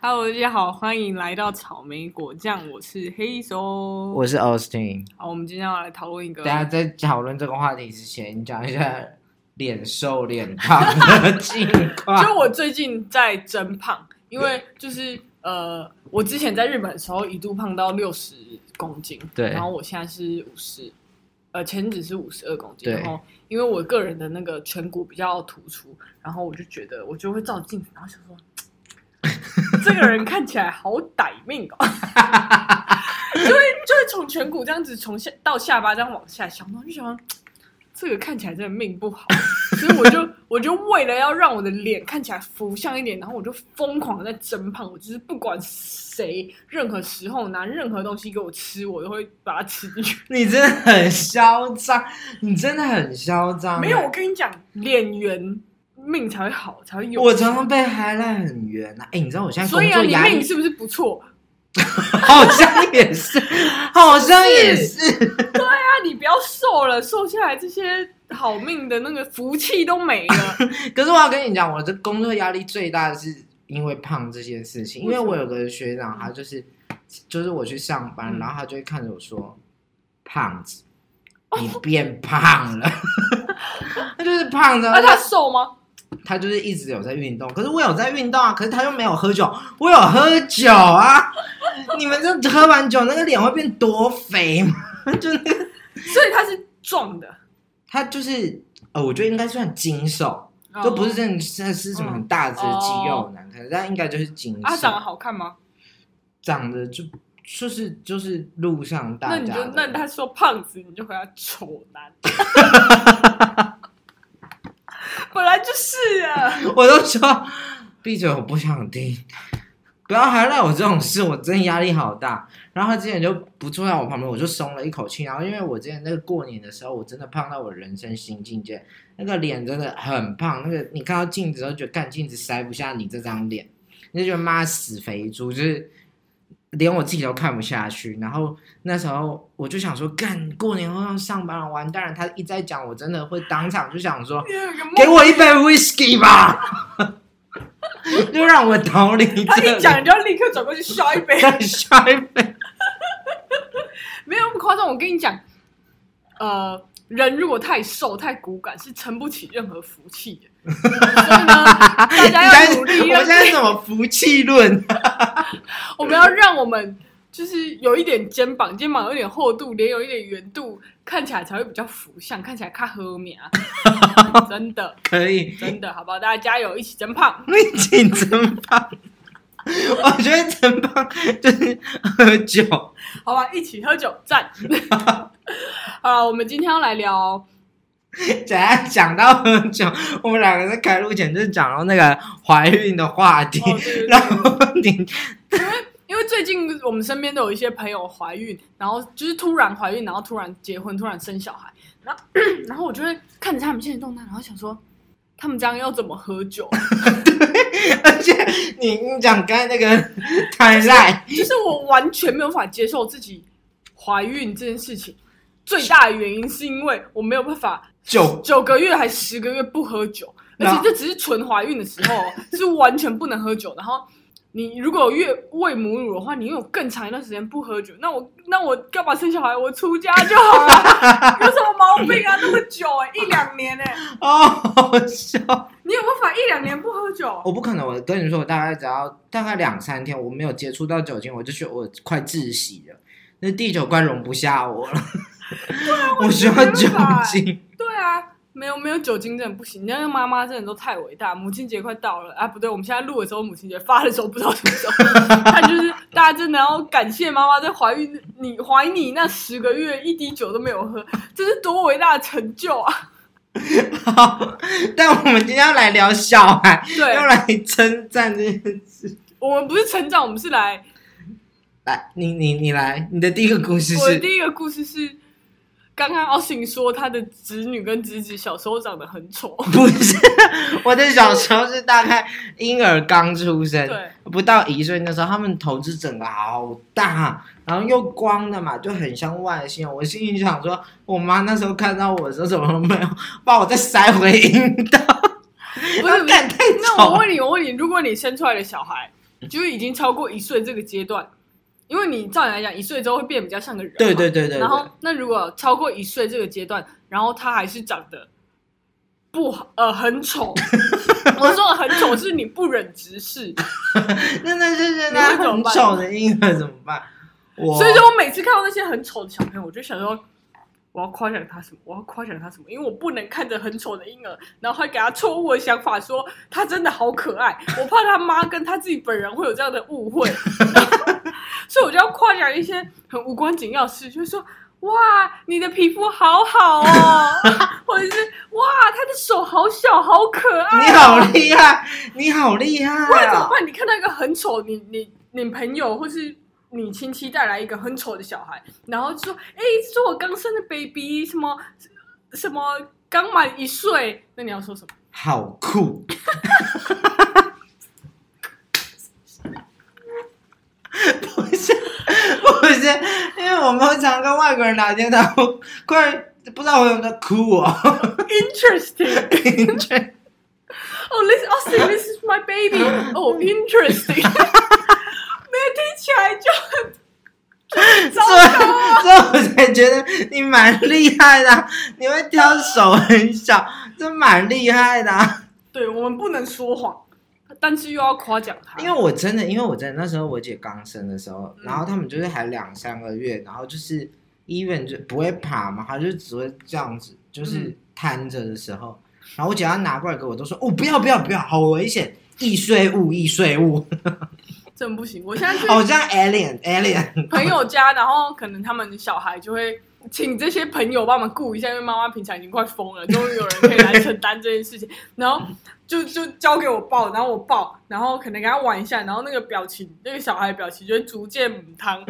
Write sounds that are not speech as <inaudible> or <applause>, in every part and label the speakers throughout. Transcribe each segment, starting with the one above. Speaker 1: Hello，大家好，欢迎来到草莓果酱，我是黑手。
Speaker 2: 我是 Austin。
Speaker 1: 好，我们今天要来讨论一个
Speaker 2: 大，家在讨论这个话题之前，你讲一下脸瘦脸胖的近
Speaker 1: <laughs> 就
Speaker 2: 况。
Speaker 1: 我最近在增胖，因为就是呃，我之前在日本的时候一度胖到六十公斤，
Speaker 2: 对
Speaker 1: 然后我现在是五十，呃，前指是五十二公斤，
Speaker 2: 对
Speaker 1: 然后因为我个人的那个颧骨比较突出，然后我就觉得我就会照镜子，然后想说，这个人看起来好歹命哦。 <laughs> 就会就会从颧骨这样子从下到下巴这样往下想，然后就想说这个看起来真的命不好， <laughs> 所以我就我就为了要让我的脸看起来浮相一点，然后我就疯狂的在增胖，我就是不管谁任何时候拿任何东西给我吃，我都会把它吃进去。
Speaker 2: 你真的很嚣张，你真的很嚣张。欸
Speaker 1: 没有，我，跟你讲，脸圆命才会好，才会有。
Speaker 2: 我常常被 highlight 很圆啊。哎、你知道我现
Speaker 1: <laughs>
Speaker 2: 在
Speaker 1: 所
Speaker 2: 工
Speaker 1: 以啊，
Speaker 2: 作
Speaker 1: 你
Speaker 2: 压力
Speaker 1: 命是不是不错？
Speaker 2: 好像也是，好像也是。
Speaker 1: 那你不要瘦了，瘦下来这些好命的那个福气都没
Speaker 2: <laughs>
Speaker 1: 了。
Speaker 2: 可是我要跟你讲，我的工作压力最大的是因为胖这件事情，因
Speaker 1: 为
Speaker 2: 为
Speaker 1: 什么
Speaker 2: 我有个学长，他就是就是我去上班，
Speaker 1: 嗯
Speaker 2: 然后他就会看着我说：“胖子，
Speaker 1: 哦
Speaker 2: 你变胖
Speaker 1: <laughs>
Speaker 2: 了。” <laughs> 他就是胖的，
Speaker 1: 那、啊他瘦吗？
Speaker 2: 他就是一直有在运动，可是我有在运动啊，可是他又没有喝酒，我有喝
Speaker 1: <laughs>
Speaker 2: 酒啊。你们这喝完酒那个脸会变多肥吗？就那个
Speaker 1: 所以他是壮的，
Speaker 2: 他就是呃，我觉得应该算精瘦。
Speaker 1: 哦
Speaker 2: 就
Speaker 1: 嗯
Speaker 2: 不是真的是是什么很大只的肌肉男，可能但应该就是精瘦
Speaker 1: 啊，长得好看吗？
Speaker 2: 长得就就是就是路上大
Speaker 1: 那
Speaker 2: 家
Speaker 1: 你就
Speaker 2: 的
Speaker 1: 那他说胖子，你就回答丑男。 <laughs> 本来就是啊，
Speaker 2: 我都说闭嘴，我不想听，不要还赖我这种事，我真的压力好大。然后他之前就不坐在我旁边，我就松了一口气。然后因为我之前那个过年的时候，我真的胖到我人生新境界，那个脸真的很胖，那个你看到镜子都觉得干镜子塞不下你这张脸，你就觉得妈死肥猪，就是。连我自己都看不下去，然后那时候我就想说，干过年后要上班了，完蛋了。他一再讲，我真的会当场就想说，
Speaker 1: 你有一个梦
Speaker 2: <laughs> 给我一杯 whisky 吧， <laughs> 就让我逃离
Speaker 1: 他
Speaker 2: 这
Speaker 1: 一
Speaker 2: 里。
Speaker 1: 哎讲，你就要立刻转过去笑一
Speaker 2: <laughs>
Speaker 1: 杯，
Speaker 2: 再下一杯，
Speaker 1: 没有那么夸张。我跟你讲，呃，人如果太瘦、太骨感，是撑不起任何福气的。所以
Speaker 2: <laughs>
Speaker 1: 呢，大家要努力，
Speaker 2: 我现在是什么福气论？
Speaker 1: 我们要让我们就是有一点肩膀，肩膀有点厚度，脸有一点圆度，看起来才会比较福相，看起来看喝面
Speaker 2: <laughs>
Speaker 1: 啊，真的
Speaker 2: 可以， <laughs>
Speaker 1: 真的，好不好？大家加油，一起增胖。
Speaker 2: 你请陈胖。我觉得陈胖就是喝酒， <laughs>
Speaker 1: 好吧，一起喝酒，赞！好了，我们今天要来聊，哦
Speaker 2: 等下讲到喝酒，我们两个在开录前就讲到那个怀孕的话题，
Speaker 1: 哦对对对
Speaker 2: 然后你
Speaker 1: 因为最近我们身边都有一些朋友怀孕，然后就是突然怀孕，然后突然结婚，突然生小孩，然后 <clears throat> 然后我就会看着他们现在动态，然后想说，他们这样要怎么喝酒？ <laughs>
Speaker 2: 而且你你讲刚才那个 <laughs> 太赖，
Speaker 1: 就是我完全没有办法接受自己怀孕这件事情。最大的原因是因为我没有办法
Speaker 2: 酒
Speaker 1: 九个月还十个月不喝酒，而
Speaker 2: 那
Speaker 1: 且这只是纯怀孕的时候哦，是完全不能喝酒。然后你如果有月喂母乳的话，你有更长一段时间不喝酒，那我那我干嘛生小孩？我出家就好了，有什么毛病啊？那么久哎、一两年哎、
Speaker 2: 哦，好笑。
Speaker 1: 你有办法一两年不喝酒？
Speaker 2: 哦我不可能，我跟你说，我大概只要大概两三天，我没有接触到酒精，我就觉得我快窒息了，那第九关容不下我
Speaker 1: <laughs>
Speaker 2: 了。
Speaker 1: 啊
Speaker 2: 我需要酒精，
Speaker 1: 对啊，没有没有酒精真的不行，那个妈妈真的都太伟大。母亲节快到了啊，不对，我们现在录的时候母亲节发的时候不知道什么时候， <laughs> 但就是大家真的要感谢妈妈在怀孕你怀你那十个月一滴酒都没有喝，这是多伟大的成就
Speaker 2: <laughs>
Speaker 1: 啊！
Speaker 2: 好，但我们今天要来聊小孩，
Speaker 1: 对
Speaker 2: 要来称赞这件事。
Speaker 1: 我们不是成长，我们是来。
Speaker 2: 来，你你你来，你的第一个故事
Speaker 1: 我的
Speaker 2: 是
Speaker 1: 第一个故事是，刚刚奥斯汀说他的侄女跟侄子小时候长得很丑，
Speaker 2: <laughs> 不是？我的小时候是大概婴儿刚出生，
Speaker 1: 对，
Speaker 2: 不到一岁那时候，他们投资整个好大，然后又光的嘛，就很像外星人。我心里想说，我妈那时候看到我的时候，怎么都没有把我再塞回阴道？
Speaker 1: 不是不是
Speaker 2: 干太
Speaker 1: <laughs> 那我
Speaker 2: 丑。啊
Speaker 1: 问你，我问你，如果你生出来的小孩就是已经超过一岁这个阶段，因为你照理来讲，一岁之后会变得比较像个人嘛，
Speaker 2: 对对对对对，
Speaker 1: 然后，那如果超过一岁这个阶段，然后他还是长得不好，呃很
Speaker 2: <laughs>
Speaker 1: 丑，我说的很丑是你不忍直视，
Speaker 2: 那那就是
Speaker 1: 你会
Speaker 2: 那
Speaker 1: 怎么
Speaker 2: 很
Speaker 1: 办
Speaker 2: 丑的婴儿怎么办？我
Speaker 1: 所以说我每次看到那些很丑的小朋友，我就想说。我要夸奖他什么？我要夸奖他什么？因为我不能看着很丑的婴儿，然后还给他错误的想法说他真的好可爱。我怕他妈跟他自己本人会有这样的误会， <laughs> 所以我就要夸奖一些很无关紧要的事，就是说哇，你的皮肤好好哦， <laughs> 或者是哇，他的手好小，好可爱、
Speaker 2: 你好厉害，你好厉害
Speaker 1: 不然怎么
Speaker 2: 啊！
Speaker 1: 办？你看到一个很丑，你你你朋友或是你亲戚带来一个很丑的小孩，然后就说：“哎、这是我刚生的 baby，什么什么刚满一岁。”那你要说什么？
Speaker 2: 好酷！不是不是，因为我们常跟外国人聊天，他们快不知道我有没有哭哦。
Speaker 1: Interesting. 哦 h this, Austin, this is my baby. 哦、interesting. <laughs> 没有听起来就很就很糟糕。
Speaker 2: <laughs> 所以，所以我才觉得你蛮厉害的啊、你会挑手很小，这蛮厉害的啊、
Speaker 1: 对我们不能说谎，但是又要夸奖他，
Speaker 2: 因为我真的，因为我真的那时候我姐刚生的时候，
Speaker 1: 嗯
Speaker 2: 然后他们就是还两三个月，然后就是 even 就不会爬嘛，她就只会这样子，就是
Speaker 1: 嗯
Speaker 2: 瘫着的时候，然后我姐要拿过来给我，都说哦不要不要不要，好危险，易碎物易
Speaker 1: <laughs>
Speaker 2: 碎物，
Speaker 1: 真的不行。我现在就
Speaker 2: 好像 alien
Speaker 1: <laughs>
Speaker 2: alien，
Speaker 1: 朋友家，然后可能他们小孩就会请这些朋友帮忙顾一下，因为妈妈平常已经快疯了，终于有人可以来承担这件事情， <laughs> 然后就就交给我抱，然后我抱，然后可能给他玩一下，然后那个表情，那个小孩的表情就会逐渐母汤，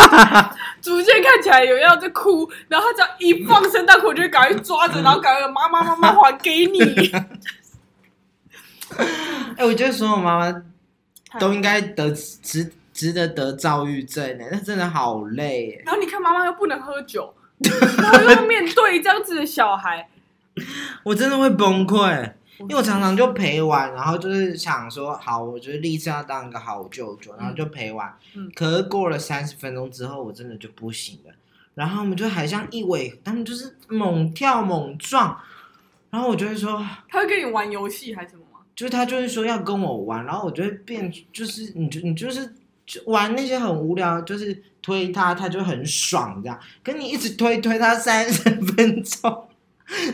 Speaker 1: <laughs> 逐渐看起来有要在哭，然后他只要一放声大哭，我就会赶快抓着，然后赶快妈妈妈妈还给你，
Speaker 2: 哎、我觉得所有妈妈都
Speaker 1: 嗯
Speaker 2: 应该得值值得得躁郁症呢，那真的好累耶。
Speaker 1: 然后你看妈妈又不能喝酒，然后又要面对这样子的小孩，
Speaker 2: 我真的会崩溃，因为我常常就陪玩，然后就是想说，好，我觉得立志要当一个好舅舅，然后就陪玩。
Speaker 1: 嗯
Speaker 2: 可是过了三十分钟之后，我真的就不行了。然后我们就还像一尾，他们就是猛跳猛撞，然后我就会说，
Speaker 1: 他会跟你玩游戏还是什么吗？
Speaker 2: 就是他就是说要跟我玩，然后我就会变，就是你就你就是就玩那些很无聊，就是推他，他就很爽这样。可你一直推推他三十分钟，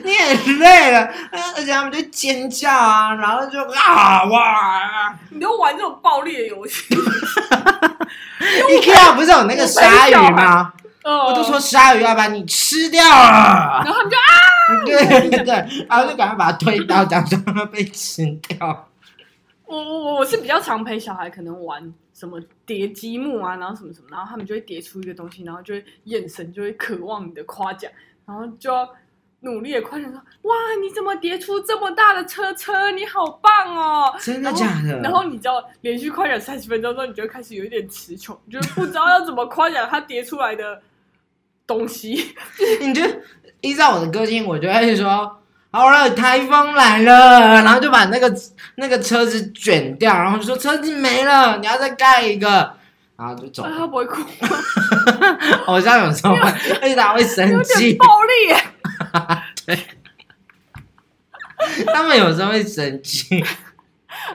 Speaker 2: 你也累了，哎而且他们就尖叫啊，然后就啊哇，
Speaker 1: 你都玩这种暴力的游戏，
Speaker 2: IKEA 不是有那个鲨鱼吗？
Speaker 1: 呃，
Speaker 2: 我就说，鲨鱼要把你吃掉了，
Speaker 1: 然后他们就啊
Speaker 2: 对对对，然后就赶快把它推到，假装它被吃掉。
Speaker 1: 我我我是比较常陪小孩，可能玩什么叠积木啊，然后什么什么，然后他们就会叠出一个东西，然后就会眼神就会渴望你的夸奖，然后就要努力的夸奖说，哇，你怎么叠出这么大的车车？你好棒哦！
Speaker 2: 真的
Speaker 1: 然后
Speaker 2: 假的？
Speaker 1: 然后你知道，连续夸奖三十分钟之后，你就会开始有一点词穷，你就是不知道要怎么夸奖他叠出来的东西。 <laughs>
Speaker 2: <laughs> 你就依照我的个性，我就会说。好了，台风来了，然后就把那个那个车子卷掉，然后就说车子没了，你要再盖一个，然后就走
Speaker 1: 啊，
Speaker 2: <laughs> 了。
Speaker 1: 他不会哭，
Speaker 2: 好像有时候会，而且他会生
Speaker 1: 有点
Speaker 2: <laughs> 气，
Speaker 1: 暴力耶。
Speaker 2: 他们有时候会生气，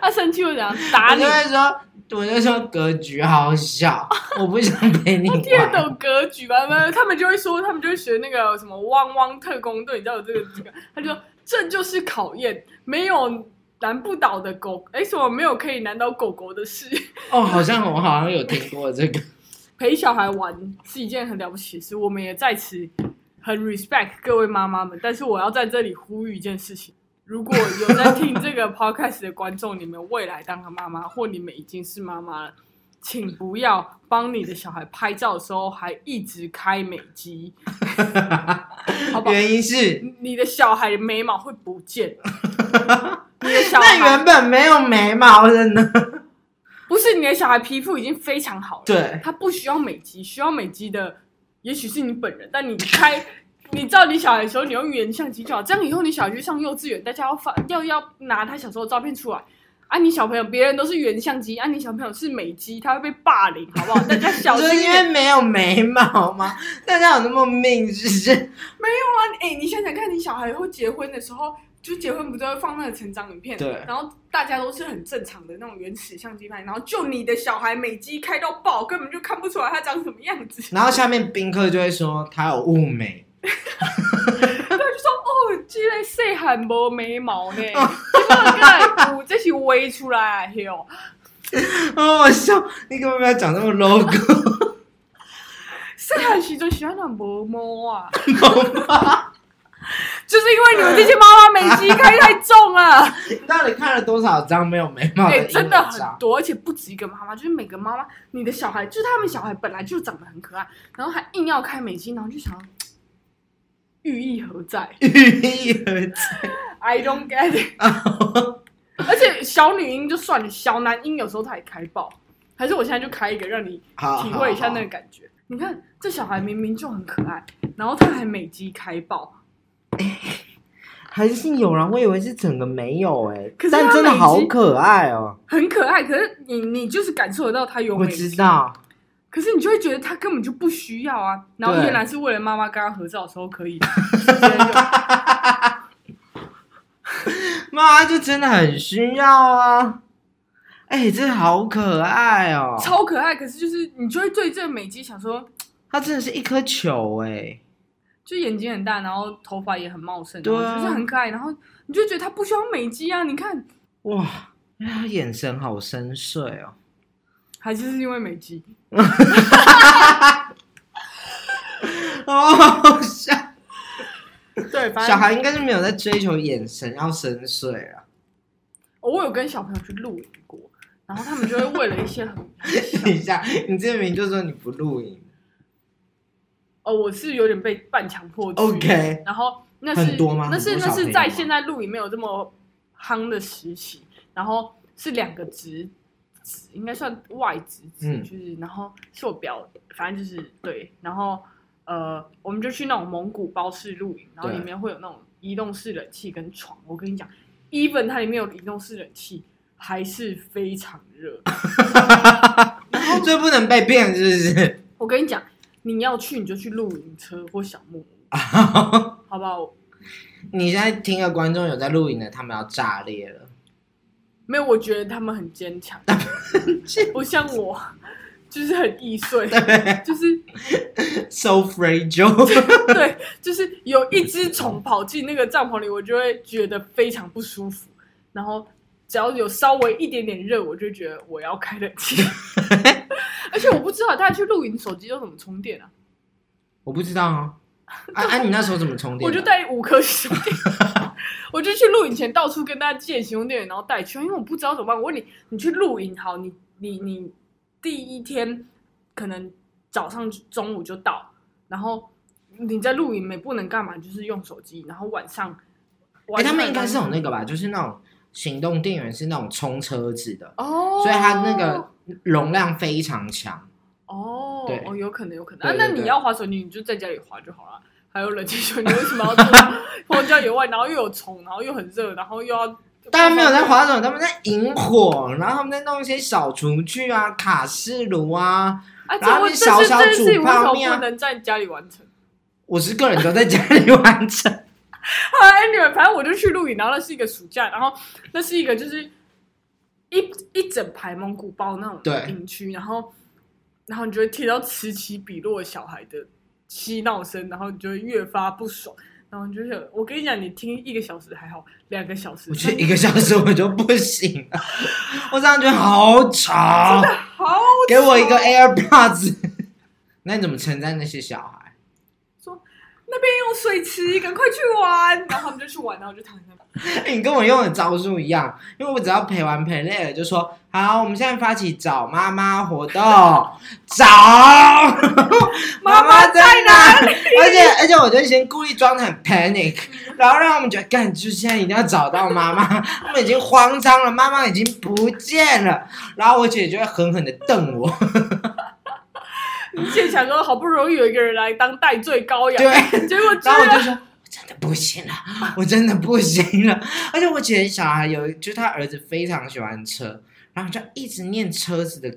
Speaker 1: 他生气会怎样？打
Speaker 2: 我
Speaker 1: 你
Speaker 2: 就？会说，我就说格局好小，我不想
Speaker 1: <laughs>
Speaker 2: 陪你
Speaker 1: 听得
Speaker 2: 玩。
Speaker 1: 懂格局吧？没有，他们就会说，他们就会学那个什么汪汪特工队，你知道有这个这个，他就说这就是考验，没有难不倒的狗，哎，什么没有可以难倒狗狗的事。
Speaker 2: 哦，好像我好像有听过这
Speaker 1: <laughs>
Speaker 2: 个，
Speaker 1: 陪小孩玩是一件很了不起的事，我们也在此很 respect 各位妈妈们，但是我要在这里呼吁一件事情：如果有在听这个 <laughs> podcast 的观众，你们未来当个妈妈，或你们已经是妈妈了，请不要帮你的小孩拍照的时候还一直开美
Speaker 2: <laughs>
Speaker 1: 肌，好不好？
Speaker 2: 原因是
Speaker 1: 你的小孩的眉毛会不
Speaker 2: <laughs>
Speaker 1: 见，你的小
Speaker 2: 那
Speaker 1: 孩
Speaker 2: 原本没有眉毛的
Speaker 1: <laughs>
Speaker 2: 呢。
Speaker 1: 不是你的小孩皮肤已经非常好了，
Speaker 2: 对，
Speaker 1: 他不需要美肌，需要美肌的也许是你本人，但你开，你照你小孩的时候，你用原相机就好，这样以后你小孩去上幼稚园，大家要发要要拿他小时候的照片出来，啊，你小朋友别人都是原相机，啊，你小朋友是美肌，他会被霸凌，好不好？大家小
Speaker 2: 就
Speaker 1: 心
Speaker 2: 是
Speaker 1: 一
Speaker 2: 因
Speaker 1: 点。
Speaker 2: 为没有眉毛吗？ <laughs> 大家有那么命是不是？
Speaker 1: 哎、你想想看，你小孩会结婚的时候，就结婚不都会放那个成长影片？
Speaker 2: 对
Speaker 1: 然后大家都是很正常的那种原始相机拍，然后就你的小孩美肌开到爆，根本就看不出来他长什么样子。
Speaker 2: 然后下面宾客就会说他有雾眉，
Speaker 1: 哦，这个细汉无眉毛呢，这个有这是围出来的哦。
Speaker 2: 哦，我笑，你干嘛不要讲那么 logo？
Speaker 1: 细汉时阵喜欢染毛毛啊，就是因为你们这些妈妈美肌开太重了。
Speaker 2: 你 <laughs> 到底看了多少张没有眉毛
Speaker 1: 哎、
Speaker 2: 的
Speaker 1: 真
Speaker 2: 婴
Speaker 1: 的
Speaker 2: 儿
Speaker 1: 很
Speaker 2: <laughs> 照？
Speaker 1: 多，而且不止一个妈妈，就是每个妈妈，你的小孩，就是他们小孩本来就长得很可爱，然后还硬要开美肌，然后就想，寓意何在
Speaker 2: 寓意何 <laughs> 在
Speaker 1: ？I don't get it。而
Speaker 2: <laughs>
Speaker 1: 且小女婴就算了，小男婴有时候他也开爆，还是我现在就开一个让你
Speaker 2: 好，
Speaker 1: 体会一下
Speaker 2: 好
Speaker 1: 那个感觉。你看这小孩明明就很可爱，然后他还美肌开爆，
Speaker 2: 还是有人，我以为是整个没有哎、
Speaker 1: 可是
Speaker 2: 但
Speaker 1: 它
Speaker 2: 真的
Speaker 1: 美
Speaker 2: 好
Speaker 1: 肌
Speaker 2: 可爱哦、
Speaker 1: 很可爱。可是你你就是感受得到他有
Speaker 2: 我
Speaker 1: 美
Speaker 2: 知
Speaker 1: 肌，
Speaker 2: 道，
Speaker 1: 可是你就会觉得他根本就不需要啊。然后
Speaker 2: 对
Speaker 1: 原来是为了妈妈跟他合照的时候可
Speaker 2: <laughs>
Speaker 1: 以直接用，
Speaker 2: 妈就真的很需要啊！哎、这好可爱哦、
Speaker 1: 超可爱。可是就是你就会对这个美肌想说，
Speaker 2: 它真的是一颗球哎、
Speaker 1: 就眼睛很大，然后头发也很茂盛，
Speaker 2: 对啊
Speaker 1: 然后就是很可爱。然后你就觉得他不需要美肌啊。你看，
Speaker 2: 哇，他眼神好深邃哦、 <laughs>
Speaker 1: 还是是因为美肌。
Speaker 2: 哦，好笑
Speaker 1: 对，反正
Speaker 2: 小孩应该是没有在追求眼神要深邃啊。 <laughs>
Speaker 1: 我有跟小朋友去露营过，然后他们就会为了一些很
Speaker 2: 等 <laughs> 一下，你这明就说你不录影
Speaker 1: 嗯哦，我是有点被半强迫去。
Speaker 2: ，OK？
Speaker 1: 然后那是
Speaker 2: 很多吗
Speaker 1: 那是
Speaker 2: 很多
Speaker 1: 那
Speaker 2: 小朋友
Speaker 1: 是
Speaker 2: 吗
Speaker 1: 在现在录影没有这么夯的时期，然后是两个侄子，应该算外侄子，
Speaker 2: 嗯
Speaker 1: 就是然后是我表，反正就是对，然后呃，我们就去那种蒙古包式露营，然后
Speaker 2: 对
Speaker 1: 里面会有那种移动式冷气跟床，我跟你讲，even 它里面有移动式冷气。还是非常
Speaker 2: <laughs>
Speaker 1: 热。
Speaker 2: 所以不能被骗，是不是？ <laughs>
Speaker 1: 我跟你讲，你要去你就去露营车或小
Speaker 2: <laughs>
Speaker 1: 木屋，好不好？
Speaker 2: 你现在听的观众有在录影的，他们要炸裂了。
Speaker 1: 没有，我觉得他们很坚强，不像我，就是很易碎，就是
Speaker 2: ，so fragile， <laughs>
Speaker 1: 对，就是有一只虫跑进那个帐篷里，我就会觉得非常不舒服。然后只要有稍微一点点热，我就觉得我要开冷 <laughs> 气。而且我不知道大家去露营手机要怎么充电啊？
Speaker 2: 我不知道啊。啊啊！你那时候怎么充电？
Speaker 1: 我就，带五颗手电，我就去露营前到处跟大家借行动电源，然后带去，因为我不知道怎么办。我问你，你去露营好，你你你第一天可能早上中午就到，然后你在露营没不能干嘛，就是用手机，然后晚上，
Speaker 2: 哎、
Speaker 1: 晚上
Speaker 2: 他们应该是有那个吧，就是那种行动电源是那种充车子的，
Speaker 1: 哦，
Speaker 2: 所以它那个容量非常强。
Speaker 1: 哦
Speaker 2: 对
Speaker 1: 哦，有可能有可能
Speaker 2: 对
Speaker 1: 啊，那
Speaker 2: 对
Speaker 1: 你
Speaker 2: 对
Speaker 1: 要滑手机，你就在家里滑就好了。还有冷气球，你为什么要坐
Speaker 2: <laughs>
Speaker 1: 到荒郊野外，然后又有虫，然后又很热，然后又要
Speaker 2: 大家没有在划手，他们在引火，然后他们在弄一些小厨具啊、卡式炉啊。
Speaker 1: 啊，
Speaker 2: 然
Speaker 1: 这
Speaker 2: 后
Speaker 1: 我
Speaker 2: 你
Speaker 1: 这
Speaker 2: 小
Speaker 1: 是
Speaker 2: 小
Speaker 1: 这件事
Speaker 2: 煮
Speaker 1: 情为
Speaker 2: 泡
Speaker 1: 什么
Speaker 2: 面啊
Speaker 1: 不能在家里完成？ <laughs>
Speaker 2: 我是个人都在家里完成。
Speaker 1: 好啦，anyway，反正啊我就去露营，然后那是一个暑假，然后那是一个就是一一整排蒙古包那
Speaker 2: 对
Speaker 1: 种营区，然后然后你就会听到此起彼落的小孩的嬉闹声，然后你就会越发不爽。然后你就想，我跟你讲，你听一个小时还好，两个小时
Speaker 2: 我觉得一个小时我就不行了，我这样觉得好吵。
Speaker 1: 好
Speaker 2: 给我一个 AirPods。那你怎么称赞那些小孩？
Speaker 1: 那边有水池，赶快去玩。然后他们就去玩，然后我就躺在那边。
Speaker 2: 哎你跟我用的招数一样，因为我只要陪玩陪累了，就说好，我们现在发起找妈妈活动，找 <laughs>
Speaker 1: 妈妈
Speaker 2: 在哪里？ <laughs> 嗯而且而且，我就先故意装的很 panic，然后让他们觉得，干，就现在一定要找到妈妈，他们已经慌张了，妈妈已经不见了，然后我姐就会狠狠的瞪我，
Speaker 1: <laughs> 你姐想说，好不容易有一个人来当代罪羔羊，<laughs>
Speaker 2: 对，
Speaker 1: 结果居
Speaker 2: 然后我
Speaker 1: 然
Speaker 2: 就说。真的不行了，我真的不行了。而且我姐小孩有，就是他儿子非常喜欢车，然后就一直念车子的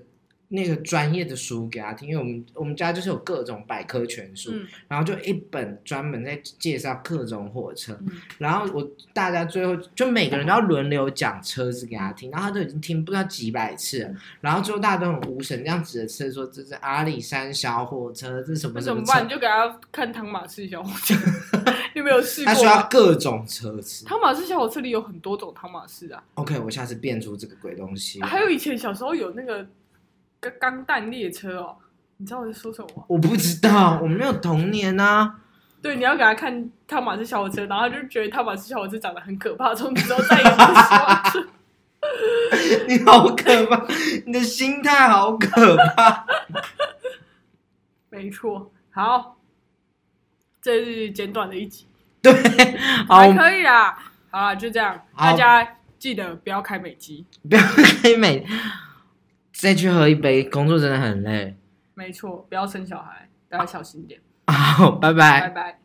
Speaker 2: 那个专业的书给他听，因为我们我们家就是有各种百科全书，
Speaker 1: 嗯
Speaker 2: 然后就一本专门在介绍各种火车，
Speaker 1: 嗯
Speaker 2: 然后我大家最后就每个人都要轮流讲车子给他听，然后他都已经听不知道几百次
Speaker 1: 嗯
Speaker 2: 了，然后最后大家都很无神，这样指着车说这是阿里山小火车，这是什么
Speaker 1: 那
Speaker 2: 什
Speaker 1: 怎
Speaker 2: 么
Speaker 1: 么
Speaker 2: 车
Speaker 1: 办？你，就给他看汤马士小火车， <laughs> 你没有试
Speaker 2: 他
Speaker 1: 过
Speaker 2: 需要
Speaker 1: 吗？
Speaker 2: 各种车子。
Speaker 1: 汤马士小火车里有很多种汤马士啊，
Speaker 2: OK，我下次变出这个鬼东西。
Speaker 1: 还有以前小时候有那个钢钢弹列车哦，你知道我在说什么吗？
Speaker 2: 我不知道，我没有童年啊。 <laughs>
Speaker 1: 对，你要给他看汤马士小火车，然后他就觉得汤马士小火车长得很可怕，从此之后再也不喜欢车。
Speaker 2: 你好可怕，你的心态好可
Speaker 1: <laughs>
Speaker 2: 怕。
Speaker 1: <laughs> 没错，好，这是简短的一集，
Speaker 2: 对，好，我
Speaker 1: 还
Speaker 2: 们
Speaker 1: 可以啦。好啦，就这样，
Speaker 2: 好
Speaker 1: 大家记得不要开美机。
Speaker 2: 不要开美，再去喝一杯，工作真的很累。
Speaker 1: 没错，不要生小孩，大家小心一点。
Speaker 2: 好，拜拜
Speaker 1: 拜拜。